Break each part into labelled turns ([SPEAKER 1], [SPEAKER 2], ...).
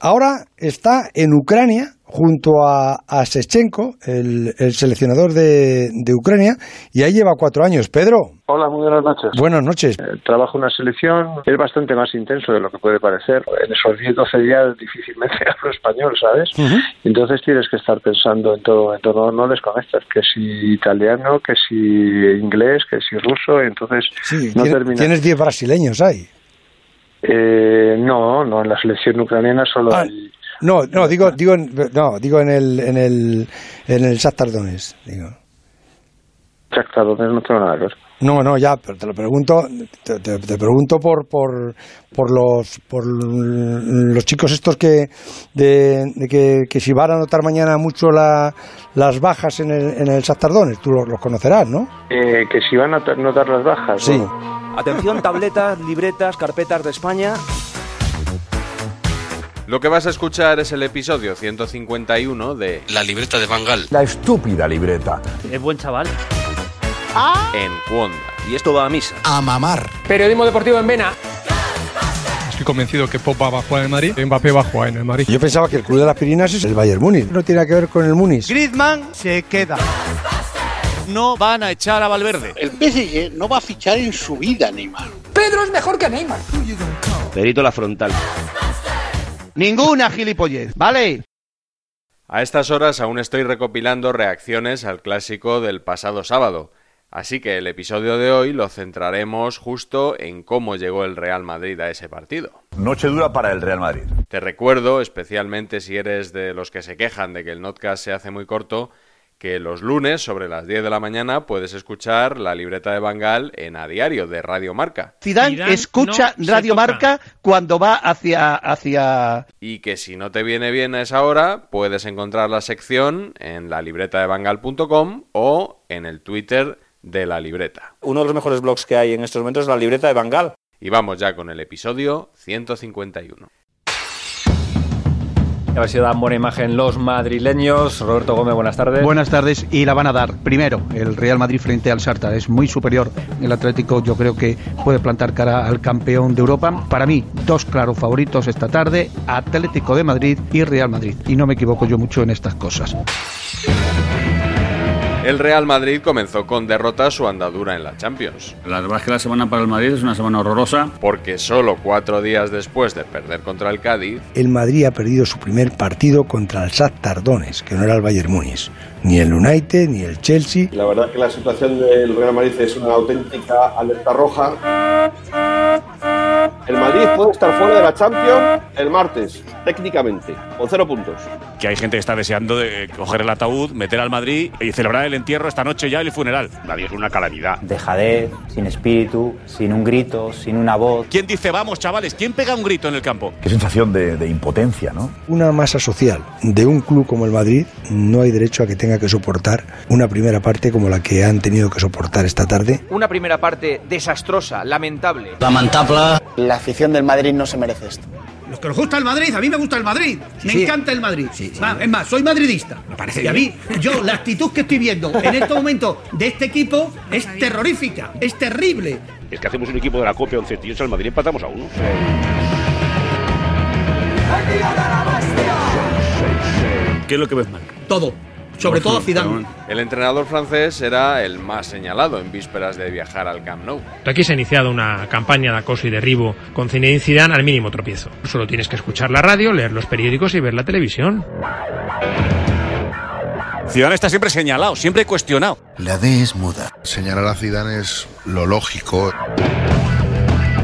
[SPEAKER 1] Ahora está en Ucrania junto a, a Sechenko, el, el seleccionador de, de Ucrania, y ahí lleva cuatro años. Pedro,
[SPEAKER 2] Hola, muy buenas noches.
[SPEAKER 1] buenas noches.
[SPEAKER 2] El Eh, trabajo en una selección es bastante más intenso de lo que puede parecer. En esos 10, 12 días difícilmente hablo español, ¿sabes?
[SPEAKER 1] Ujú.
[SPEAKER 2] Entonces tienes que estar pensando en todo momento, no, no desconectas, que si italiano, que si inglés, que si ruso, y entonces
[SPEAKER 1] Sí,
[SPEAKER 2] no
[SPEAKER 1] tiene-
[SPEAKER 2] terminas.
[SPEAKER 1] tienes diez brasileños ahí.
[SPEAKER 2] Eh, no, no, en la selección ucraniana solo
[SPEAKER 1] Ah,
[SPEAKER 2] hay...
[SPEAKER 1] No, no, digo, digo, en- no, digo en el, en el, en el Shakhtar Donetsk, digo.
[SPEAKER 2] Tractadores no tengo nada que ver.
[SPEAKER 1] No, no, ya, pero te lo pregunto, te, te- te pregunto por, por, por los, por los chicos estos que, de, de que, que si van a notar mañana mucho la- las bajas en el, en el Shakhtar Donetsk, tú los, los conocerás, ¿no?
[SPEAKER 2] Eh, que si van a ta- notar las bajas.
[SPEAKER 1] Sí.
[SPEAKER 2] ¿no?
[SPEAKER 3] Atención, tabletas, libretas, carpetas de España.
[SPEAKER 4] Lo que vas a escuchar es el episodio 151 de
[SPEAKER 5] La libreta de Bangal.
[SPEAKER 6] La estúpida libreta.
[SPEAKER 7] Es buen chaval.
[SPEAKER 4] En Cuonda.
[SPEAKER 3] Y esto va a misa.
[SPEAKER 6] A mamar.
[SPEAKER 8] Periodismo deportivo en Vena.
[SPEAKER 9] Estoy convencido que Pop va a jugar en el Madrid, Mbappé va a jugar en el Madrid.
[SPEAKER 1] Yo pensaba que el club de las Pirinas es el Bayern Múnich, no tiene nada que ver con el Múnich.
[SPEAKER 3] Griezmann se queda. No van a echar a Valverde.
[SPEAKER 5] El PSG no va a fichar en su vida, Neymar.
[SPEAKER 8] Pedro es mejor que Neymar.
[SPEAKER 3] Perito la frontal. Ninguna gilipollez, ¿vale?
[SPEAKER 4] A estas horas aún estoy recopilando reacciones al clásico del pasado sábado, así que el episodio de hoy lo centraremos justo en cómo llegó el Real Madrid a ese partido.
[SPEAKER 6] Noche dura para el Real Madrid.
[SPEAKER 4] Te recuerdo, especialmente si eres de los que se quejan de que el notcast se hace muy corto, que los lunes sobre las 10 de la mañana puedes escuchar la libreta de Bangal en A Diario de Radio Marca.
[SPEAKER 7] Zidane escucha Radio Marca
[SPEAKER 3] cuando va hacia, hacia...
[SPEAKER 4] Y que si no te viene bien a esa hora, puedes encontrar la sección en la libreta de bangal.com o en el Twitter de la libreta.
[SPEAKER 3] Uno de los mejores blogs que hay en estos momentos es la libreta de Bangal.
[SPEAKER 4] Y vamos ya con el episodio 151.
[SPEAKER 8] Ha sido dan buena imagen los madrileños. Roberto Gómez, buenas tardes.
[SPEAKER 3] Buenas tardes y la van a dar. Primero, el Real Madrid frente al Sarta es muy superior. El Atlético yo creo que puede plantar cara al campeón de Europa. Para mí, dos claros favoritos esta tarde, Atlético de Madrid y Real Madrid. Y no me equivoco yo mucho en estas cosas.
[SPEAKER 4] El Real Madrid comenzó con derrota su andadura en la Champions.
[SPEAKER 7] La verdad es que la semana para el Madrid es una semana horrorosa.
[SPEAKER 4] porque solo cuatro días después de perder contra el Cádiz,
[SPEAKER 1] El Madrid ha perdido su primer partido contra el Shakhtar Donetsk, que no era el Bayern Múnich, ni el United, ni el Chelsea.
[SPEAKER 2] La verdad que la situación del Real Madrid es una auténtica alerta roja. El Madrid puede estar fuera de la Champions el martes, técnicamente, con cero puntos.
[SPEAKER 7] Que hay gente que está deseando de coger el ataúd, meter al Madrid y celebrar el entierro esta noche ya el funeral. Nadie es una calamidad.
[SPEAKER 3] Dejadez, sin espíritu, sin un grito, sin una voz.
[SPEAKER 7] ¿Quién dice vamos, chavales? ¿Quién pega un grito en el campo?
[SPEAKER 6] Qué sensación de, de impotencia, ¿no?
[SPEAKER 1] Una masa social de un club como el Madrid no hay derecho a que tenga que soportar una primera parte como la que han tenido que soportar esta tarde.
[SPEAKER 3] Una primera parte desastrosa, lamentable.
[SPEAKER 5] Lamentable. La afición del Madrid no se merece esto.
[SPEAKER 3] Los que nos gusta el Madrid, a mí me gusta el Madrid. Me encanta el Madrid. Va, es más, soy madridista. y a mí, yo, la actitud que estoy viendo en este momento de este equipo es terrorífica, es terrible. Es que hacemos un equipo de la copia 11 tíos, al Madrid empatamos a uno. ¿Qué es lo que ves mal? Todo.
[SPEAKER 10] sobre todo a Zidane.
[SPEAKER 4] El entrenador francés era el más señalado en vísperas de viajar al Camp Nou.
[SPEAKER 1] Aquí se ha iniciado una campaña de acoso y derribo con Zinedine Zidane al mínimo tropiezo. Solo tienes que escuchar la radio, leer los periódicos y ver la televisión.
[SPEAKER 11] Zidane está siempre señalado, siempre cuestionado.
[SPEAKER 12] La D es muda. Señalar a Zidane es lo lógico.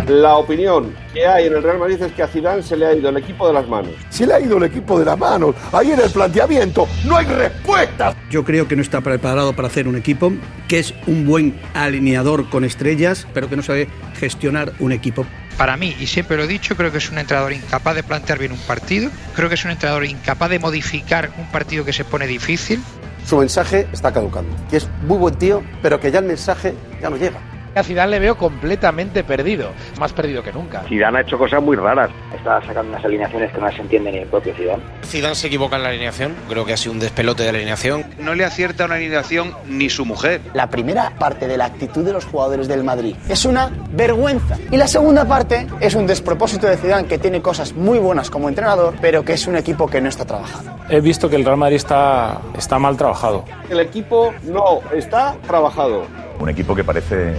[SPEAKER 13] La opinión que hay en el Real Madrid es que a Zidane se le ha ido el equipo de las manos.
[SPEAKER 14] Se le ha ido el equipo de las manos. Ahí en el planteamiento no hay respuesta.
[SPEAKER 10] Yo creo que no está preparado para hacer un equipo, que es un buen alineador con estrellas, pero que no sabe gestionar un equipo.
[SPEAKER 15] Para mí, y siempre lo he dicho, creo que es un entrenador incapaz de plantear bien un partido, creo que es un entrenador incapaz de modificar un partido que se pone difícil.
[SPEAKER 16] Su mensaje está caducando. Que es muy buen tío, pero que ya el mensaje ya no llega.
[SPEAKER 17] A Zidane le veo completamente perdido, más perdido que nunca.
[SPEAKER 18] Zidane ha hecho cosas muy raras.
[SPEAKER 19] Está sacando unas alineaciones que no se entiende ni el propio Zidane.
[SPEAKER 20] Zidane se equivoca en la alineación, creo que ha sido un despelote de la alineación.
[SPEAKER 21] No le acierta una alineación ni su mujer.
[SPEAKER 22] La primera parte de la actitud de los jugadores del Madrid es una vergüenza y la segunda parte es un despropósito de Zidane que tiene cosas muy buenas como entrenador, pero que es un equipo que no está trabajando.
[SPEAKER 2] He visto que el Real Madrid está, está mal trabajado.
[SPEAKER 13] El equipo no está trabajado.
[SPEAKER 6] Un equipo que parece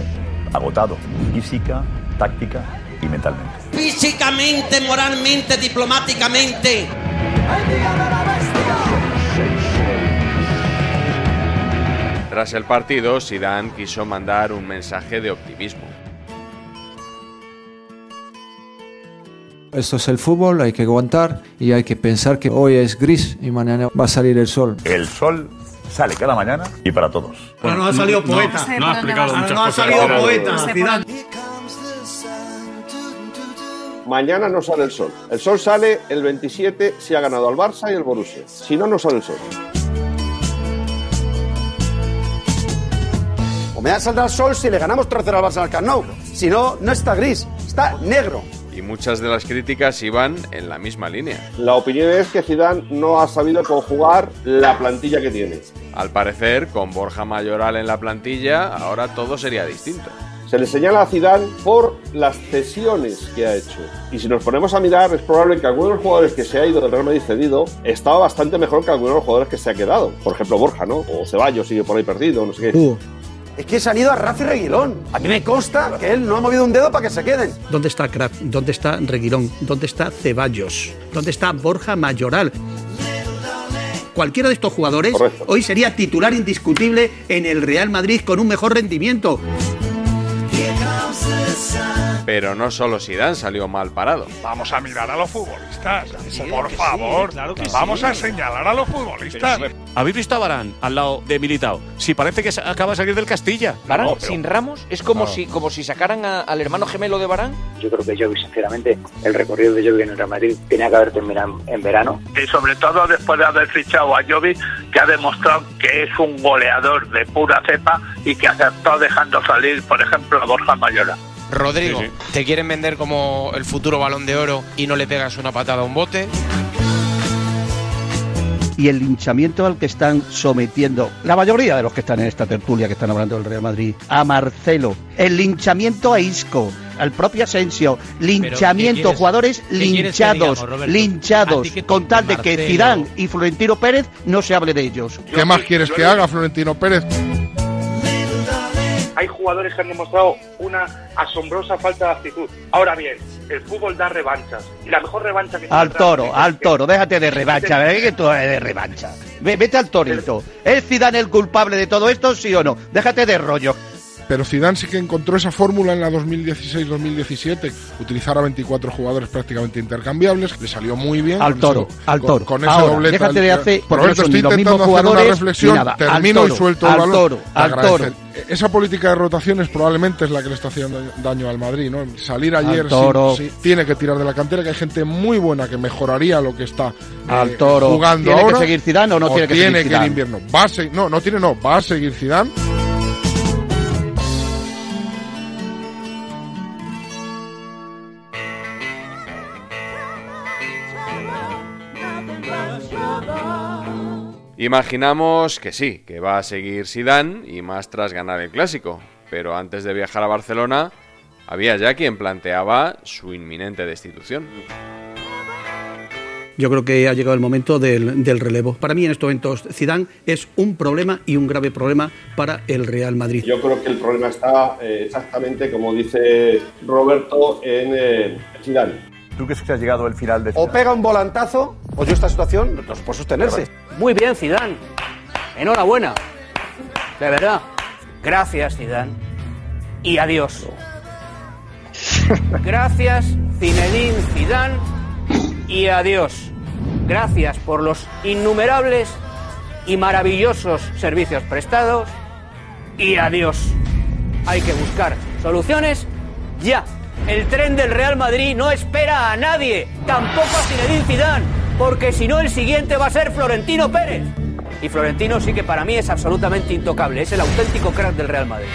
[SPEAKER 6] agotado, física, táctica y mentalmente.
[SPEAKER 23] Físicamente, moralmente, diplomáticamente.
[SPEAKER 4] Tras el partido, Zidane quiso mandar un mensaje de optimismo.
[SPEAKER 24] Esto es el fútbol, hay que aguantar y hay que pensar que hoy es gris y mañana va a salir el sol.
[SPEAKER 6] El sol sale cada mañana y para todos.
[SPEAKER 10] Ahora no ha salido poeta.
[SPEAKER 2] No, no ha explicado
[SPEAKER 10] Ahora
[SPEAKER 2] muchas
[SPEAKER 10] Ah, no ha
[SPEAKER 2] cosas.
[SPEAKER 10] salido
[SPEAKER 2] Ahora-
[SPEAKER 10] poeta. Zidane.
[SPEAKER 13] Mañana no sale el sol. El sol sale el 27 si ha ganado al Barça y el Borussia. Si no, no sale el sol.
[SPEAKER 16] O me da saldrá el sol si le ganamos tercero al Barça en el Camp Nou. Si no, no está gris, está negro.
[SPEAKER 4] Y muchas de las críticas iban en la misma línea.
[SPEAKER 13] La opinión es que Zidane no ha sabido conjugar la plantilla que tiene.
[SPEAKER 4] Al parecer, con Borja Mayoral en la plantilla, ahora todo sería distinto.
[SPEAKER 13] Se le señala a Zidane por las cesiones que ha hecho. Y si nos ponemos a mirar, es probable que algunos jugadores que se ha ido del Real Madrid cedido estaba bastante mejor que algunos de los jugadores que se ha quedado. Por ejemplo, Borja, ¿no? O Ceballos sigue por ahí perdido, no sé qué.
[SPEAKER 16] Es que se han ido a Rafi Reguilón. A mí me consta que él no ha movido un dedo para que se queden.
[SPEAKER 10] ¿Dónde está Kraft? ¿Dónde está Reguilón? ¿Dónde está Ceballos? ¿Dónde está Borja Mayoral? Cualquiera de estos jugadores hoy sería titular indiscutible en el Real Madrid con un mejor rendimiento.
[SPEAKER 4] Pero no solo Zidane salió mal parado.
[SPEAKER 25] Vamos a mirar a los futbolistas. Por favor,
[SPEAKER 11] claro que
[SPEAKER 25] vamos
[SPEAKER 11] sí.
[SPEAKER 25] a señalar a los futbolistas.
[SPEAKER 11] ¿Habéis visto a Barán al lado de Militao? Si parece que se- acaba de salir del Castilla.
[SPEAKER 26] Barán sin Ramos es como
[SPEAKER 11] No.
[SPEAKER 26] si como si sacaran a- al hermano gemelo de Barán.
[SPEAKER 19] Yo creo que Jovi, sinceramente, el recorrido de Jovi en el Real Madrid tenía que haber terminado en verano.
[SPEAKER 25] Y sobre todo después de haber fichado a Jovi, que ha demostrado que es un goleador de pura cepa y que aceptó dejando salir, por ejemplo, a Borja Mayora.
[SPEAKER 26] Rodrigo, te quieren vender como el futuro balón de oro y no le pegas una patada a un bote.
[SPEAKER 7] y el linchamiento al que están sometiendo la mayoría de los que están en esta tertulia que están hablando del Real Madrid, a Marcelo, el linchamiento a Isco, al propio Asensio,
[SPEAKER 3] ¿qué
[SPEAKER 7] linchamiento,
[SPEAKER 3] quieres-
[SPEAKER 7] jugadores
[SPEAKER 3] qué quieres que
[SPEAKER 7] linchados,
[SPEAKER 3] digamos, Roberto?
[SPEAKER 7] linchados,
[SPEAKER 3] ¿A ti qué te
[SPEAKER 7] con tal de que
[SPEAKER 3] Marcelo?
[SPEAKER 7] Zidane y Florentino Pérez no se hable de ellos.
[SPEAKER 3] ¿Qué más quieres que haga,
[SPEAKER 7] Florentino Pérez?
[SPEAKER 27] Hay jugadores que han demostrado una asombrosa falta de actitud. Ahora bien, el fútbol da revanchas. Y la mejor revancha que
[SPEAKER 7] Al toro, al toro, déjate de revancha, ¿verdad que tú eres de revancha? Ve- Vete al torito. ¿Es Zidane el culpable de todo esto, sí o no? Déjate de rollo.
[SPEAKER 3] Pero Zidane sí que encontró esa fórmula en la 2016-2017, utilizar a 24 jugadores prácticamente intercambiables, le salió muy bien.
[SPEAKER 7] Al
[SPEAKER 3] con
[SPEAKER 7] toro,
[SPEAKER 3] ese-
[SPEAKER 7] al
[SPEAKER 3] con-
[SPEAKER 7] toro.
[SPEAKER 3] Con, ese
[SPEAKER 7] Ahora,
[SPEAKER 3] doblete
[SPEAKER 7] déjate
[SPEAKER 3] al-
[SPEAKER 7] de hacer-
[SPEAKER 3] Por
[SPEAKER 7] porque
[SPEAKER 3] Roberto,
[SPEAKER 7] no son
[SPEAKER 3] estoy
[SPEAKER 7] ni los
[SPEAKER 3] intentando
[SPEAKER 7] mismos
[SPEAKER 3] hacer una
[SPEAKER 7] jugadores,
[SPEAKER 3] reflexión,
[SPEAKER 7] ni nada. Al
[SPEAKER 3] termino
[SPEAKER 7] toro,
[SPEAKER 3] y suelto el
[SPEAKER 7] al
[SPEAKER 3] balón.
[SPEAKER 7] toro,
[SPEAKER 3] Te
[SPEAKER 7] al
[SPEAKER 3] agradecen.
[SPEAKER 7] toro.
[SPEAKER 3] E- Esa política de rotaciones probablemente es la que le está haciendo daño al Madrid, ¿no? Salir
[SPEAKER 7] Al
[SPEAKER 3] ayer sí-
[SPEAKER 7] toro.
[SPEAKER 3] sí, tiene que tirar de la cantera, que hay gente muy buena que mejoraría lo que está
[SPEAKER 7] Al
[SPEAKER 3] eh,
[SPEAKER 7] toro.
[SPEAKER 3] jugando
[SPEAKER 7] ¿Tiene que
[SPEAKER 3] ahora,
[SPEAKER 7] seguir Zidane o no tiene que seguir
[SPEAKER 3] tiene que ir
[SPEAKER 7] Zidane?
[SPEAKER 3] invierno. Va a se- no, no tiene, no, va a seguir Zidane.
[SPEAKER 4] Imaginamos que sí, que va a seguir Sidán y más tras ganar el clásico. Pero antes de viajar a Barcelona, había ya quien planteaba su inminente destitución.
[SPEAKER 28] Yo creo que ha llegado el momento del, del relevo. Para mí en estos momentos Zidane es un problema y un grave problema para el Real Madrid.
[SPEAKER 4] Yo creo que el problema está eh, exactamente como dice Roberto en eh, Zidane.
[SPEAKER 6] ¿Tú crees que se ha llegado el final de
[SPEAKER 29] O pega un volantazo, o yo esta situación no puedo sostenerse.
[SPEAKER 3] Muy bien, Zidane. Enhorabuena. De verdad. Gracias, Zidane. Y adiós. Gracias, Zinedine Zidane. Y adiós. Gracias por los innumerables y maravillosos servicios prestados. Y adiós. Hay que buscar soluciones ya. El tren del Real Madrid no espera a nadie, tampoco a Zinedine Zidane, porque si no el siguiente va a ser Florentino Pérez. Y Florentino sí que para mí es absolutamente intocable, es el auténtico crack del Real Madrid.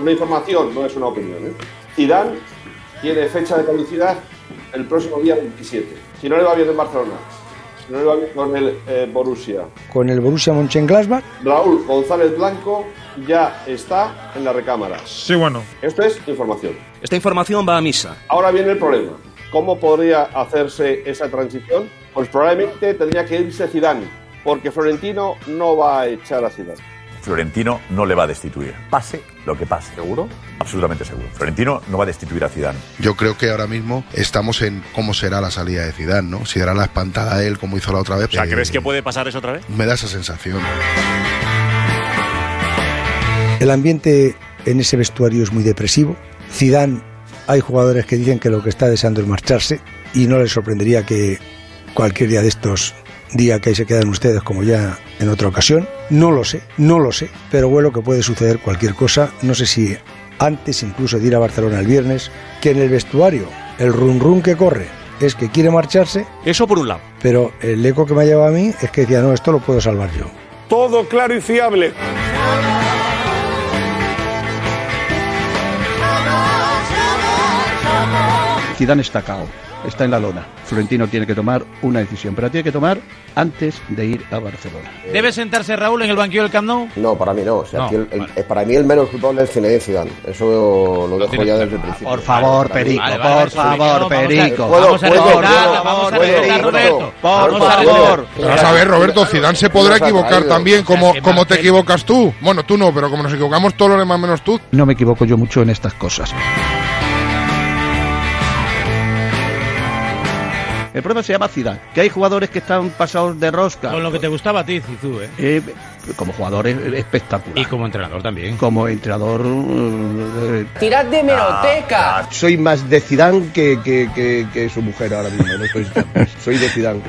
[SPEAKER 4] Una información, no es una opinión. ¿eh? Zidane tiene fecha de caducidad el próximo día 27. Si no le va bien en Barcelona, si no le va bien con el eh, Borussia,
[SPEAKER 1] Con el Borussia Mönchengladbach.
[SPEAKER 4] Raúl González Blanco ya está en la recámara.
[SPEAKER 1] Sí, bueno.
[SPEAKER 4] Esto es información.
[SPEAKER 30] Esta información va a misa.
[SPEAKER 4] Ahora viene el problema. ¿Cómo podría hacerse esa transición? Pues probablemente tendría que irse Zidane, porque Florentino no va a echar a Zidane.
[SPEAKER 6] Florentino no le va a destituir. Pase lo que pase. ¿Seguro? Absolutamente seguro. Florentino no va a destituir a Zidane.
[SPEAKER 31] Yo creo que ahora mismo estamos en cómo será la salida de Zidane, ¿no? Si dará la espantada a él como hizo la otra vez.
[SPEAKER 32] O sea,
[SPEAKER 31] Eh,
[SPEAKER 32] ¿crees que puede pasar eso otra vez?
[SPEAKER 31] Me da esa sensación.
[SPEAKER 1] El ambiente en ese vestuario es muy depresivo. Zidane, hay jugadores que dicen que lo que está deseando es marcharse y no les sorprendería que cualquier día de estos diga que ahí se quedan ustedes como ya en otra ocasión. No lo sé, no lo sé, pero bueno que puede suceder cualquier cosa. No sé si antes incluso de ir a Barcelona el viernes, que en el vestuario el run run que corre es que quiere marcharse,
[SPEAKER 32] Eso por un lado.
[SPEAKER 1] pero el eco que me ha llevado a mí es que decía, no, esto lo puedo salvar yo.
[SPEAKER 33] Todo claro y fiable.
[SPEAKER 7] Zidane está cao, está en la lona. Florentino tiene que tomar una decisión, pero la tiene que tomar antes de ir a Barcelona. ¿Debe sentarse Raúl en el banquillo del Camp Nou?
[SPEAKER 34] No, para mí no. O sea,
[SPEAKER 7] No,
[SPEAKER 34] aquí el- el- para mí el menos culpable es Zinedine Zidane. Eso lo dejo
[SPEAKER 7] tiene
[SPEAKER 34] ya
[SPEAKER 7] que-
[SPEAKER 34] desde el principio.
[SPEAKER 7] Por favor,
[SPEAKER 34] Para mí.
[SPEAKER 7] Perico, por favor, Perico.
[SPEAKER 34] Puedo,
[SPEAKER 7] Vamos a
[SPEAKER 34] puedo,
[SPEAKER 7] respetarlo,
[SPEAKER 34] puedo,
[SPEAKER 7] vamos a
[SPEAKER 34] puedo,
[SPEAKER 7] respetar,
[SPEAKER 34] puedo.
[SPEAKER 7] Roberto.
[SPEAKER 34] Por
[SPEAKER 7] Vamos a
[SPEAKER 34] favor.
[SPEAKER 7] respetar.
[SPEAKER 31] Pero vas a ver, Roberto, Zidane se podrá
[SPEAKER 7] Nos ha
[SPEAKER 31] equivocar
[SPEAKER 7] traído.
[SPEAKER 31] también como,
[SPEAKER 7] Es que
[SPEAKER 31] como te
[SPEAKER 7] Marcel-
[SPEAKER 31] equivocas tú. Bueno, tú no, pero como nos equivocamos todos los demás menos tú.
[SPEAKER 7] No me equivoco yo mucho en estas cosas. El problema se llama Zidane, que hay jugadores que están pasados de rosca.
[SPEAKER 35] Con lo que te gustaba a ti, Zizú, ¿eh?
[SPEAKER 7] Eh, como jugador es es espectacular. Y como entrenador también. Como entrenador. eh,
[SPEAKER 3] Tirad de
[SPEAKER 36] Ah.
[SPEAKER 3] meroteca.
[SPEAKER 7] Soy más de Zidane que, que, que, que su mujer ahora mismo. no soy, soy de Zidane.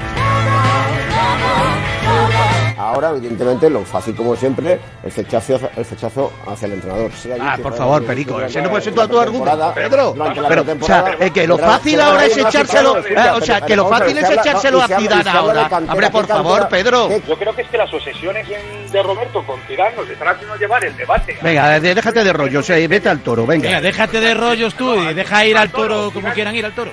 [SPEAKER 34] Ahora, evidentemente, lo fácil como siempre, el fechazo, el fechazo hacia el entrenador. Sea
[SPEAKER 7] Ah,
[SPEAKER 34] yo
[SPEAKER 7] por
[SPEAKER 34] que-
[SPEAKER 7] favor, Perico, ese no puede ser tu-
[SPEAKER 34] durante la
[SPEAKER 7] tu
[SPEAKER 34] temporada,
[SPEAKER 7] argumento. Pedro,
[SPEAKER 34] durante la
[SPEAKER 7] pero, o sea,
[SPEAKER 34] temporada,
[SPEAKER 7] eh, que lo
[SPEAKER 34] tendrá-
[SPEAKER 7] fácil
[SPEAKER 34] tendrá
[SPEAKER 7] ahora
[SPEAKER 34] ahí
[SPEAKER 7] es
[SPEAKER 34] una
[SPEAKER 7] echárselo-
[SPEAKER 34] situación-
[SPEAKER 7] eh, o sea, que lo
[SPEAKER 34] Vamos a ver,
[SPEAKER 7] fácil es
[SPEAKER 34] se habla-
[SPEAKER 7] echárselo
[SPEAKER 34] y
[SPEAKER 7] a
[SPEAKER 34] se habla-
[SPEAKER 7] Zidane
[SPEAKER 34] y se habla
[SPEAKER 7] ahora.
[SPEAKER 34] de cantera,
[SPEAKER 7] Hombre, por
[SPEAKER 34] ¿qué cantera?
[SPEAKER 7] favor, Pedro.
[SPEAKER 34] ¿Qué-
[SPEAKER 36] Yo creo que es que las obsesiones en- de Roberto con Zidane nos están haciendo llevar el debate.
[SPEAKER 7] Venga, eh, déjate de rollo, o sea, vete al toro, venga.
[SPEAKER 35] Venga, déjate de rollos tú y deja ir al toro como quieran ir al toro.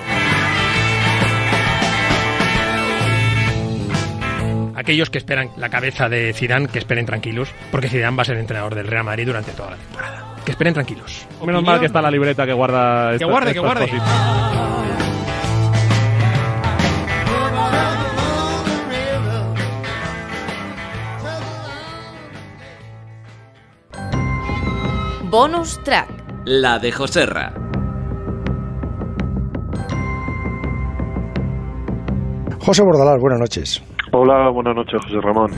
[SPEAKER 1] Aquellos que esperan la cabeza de Zidane, que esperen tranquilos, porque Zidane va a ser entrenador del Real Madrid durante toda la temporada. Que esperen tranquilos.
[SPEAKER 37] Menos mal que está la libreta que guarda. este- esta-
[SPEAKER 1] guarde, que
[SPEAKER 37] estas
[SPEAKER 1] guarde.
[SPEAKER 37] cositas.
[SPEAKER 38] Bonus track.
[SPEAKER 30] La de Joserra.
[SPEAKER 1] José Bordalás, buenas noches.
[SPEAKER 2] Hola, buenas noches, José Ramón.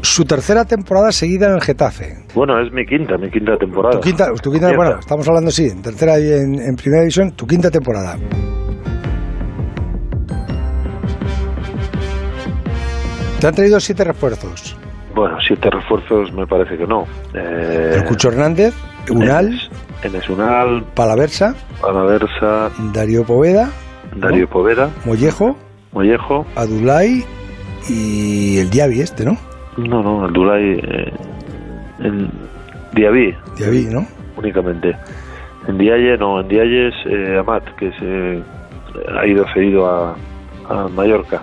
[SPEAKER 1] Su tercera temporada seguida en el Getafe.
[SPEAKER 2] Bueno, es mi quinta, mi quinta temporada.
[SPEAKER 1] Tu quinta, tu quinta bueno, estamos hablando, sí, en tercera y en, en primera división, tu quinta temporada. Te han traído siete refuerzos.
[SPEAKER 2] Bueno, siete refuerzos me parece que no. Eh,
[SPEAKER 1] El Cucho Hernández, Unal,
[SPEAKER 2] Enes Unal,
[SPEAKER 1] Palaversa,
[SPEAKER 2] Alaversa,
[SPEAKER 1] Darío Poveda,
[SPEAKER 2] Darío Poveda,
[SPEAKER 1] Mollejo,
[SPEAKER 2] Mollejo.
[SPEAKER 1] Adulay y el Diaby este, ¿no?
[SPEAKER 2] No, no, el Dulay. eh, el Diaby.
[SPEAKER 1] Diaby, ¿no?
[SPEAKER 2] Únicamente. En Diaye no, en Diaye es eh, Amat, que se ha ido cedido a, a Mallorca.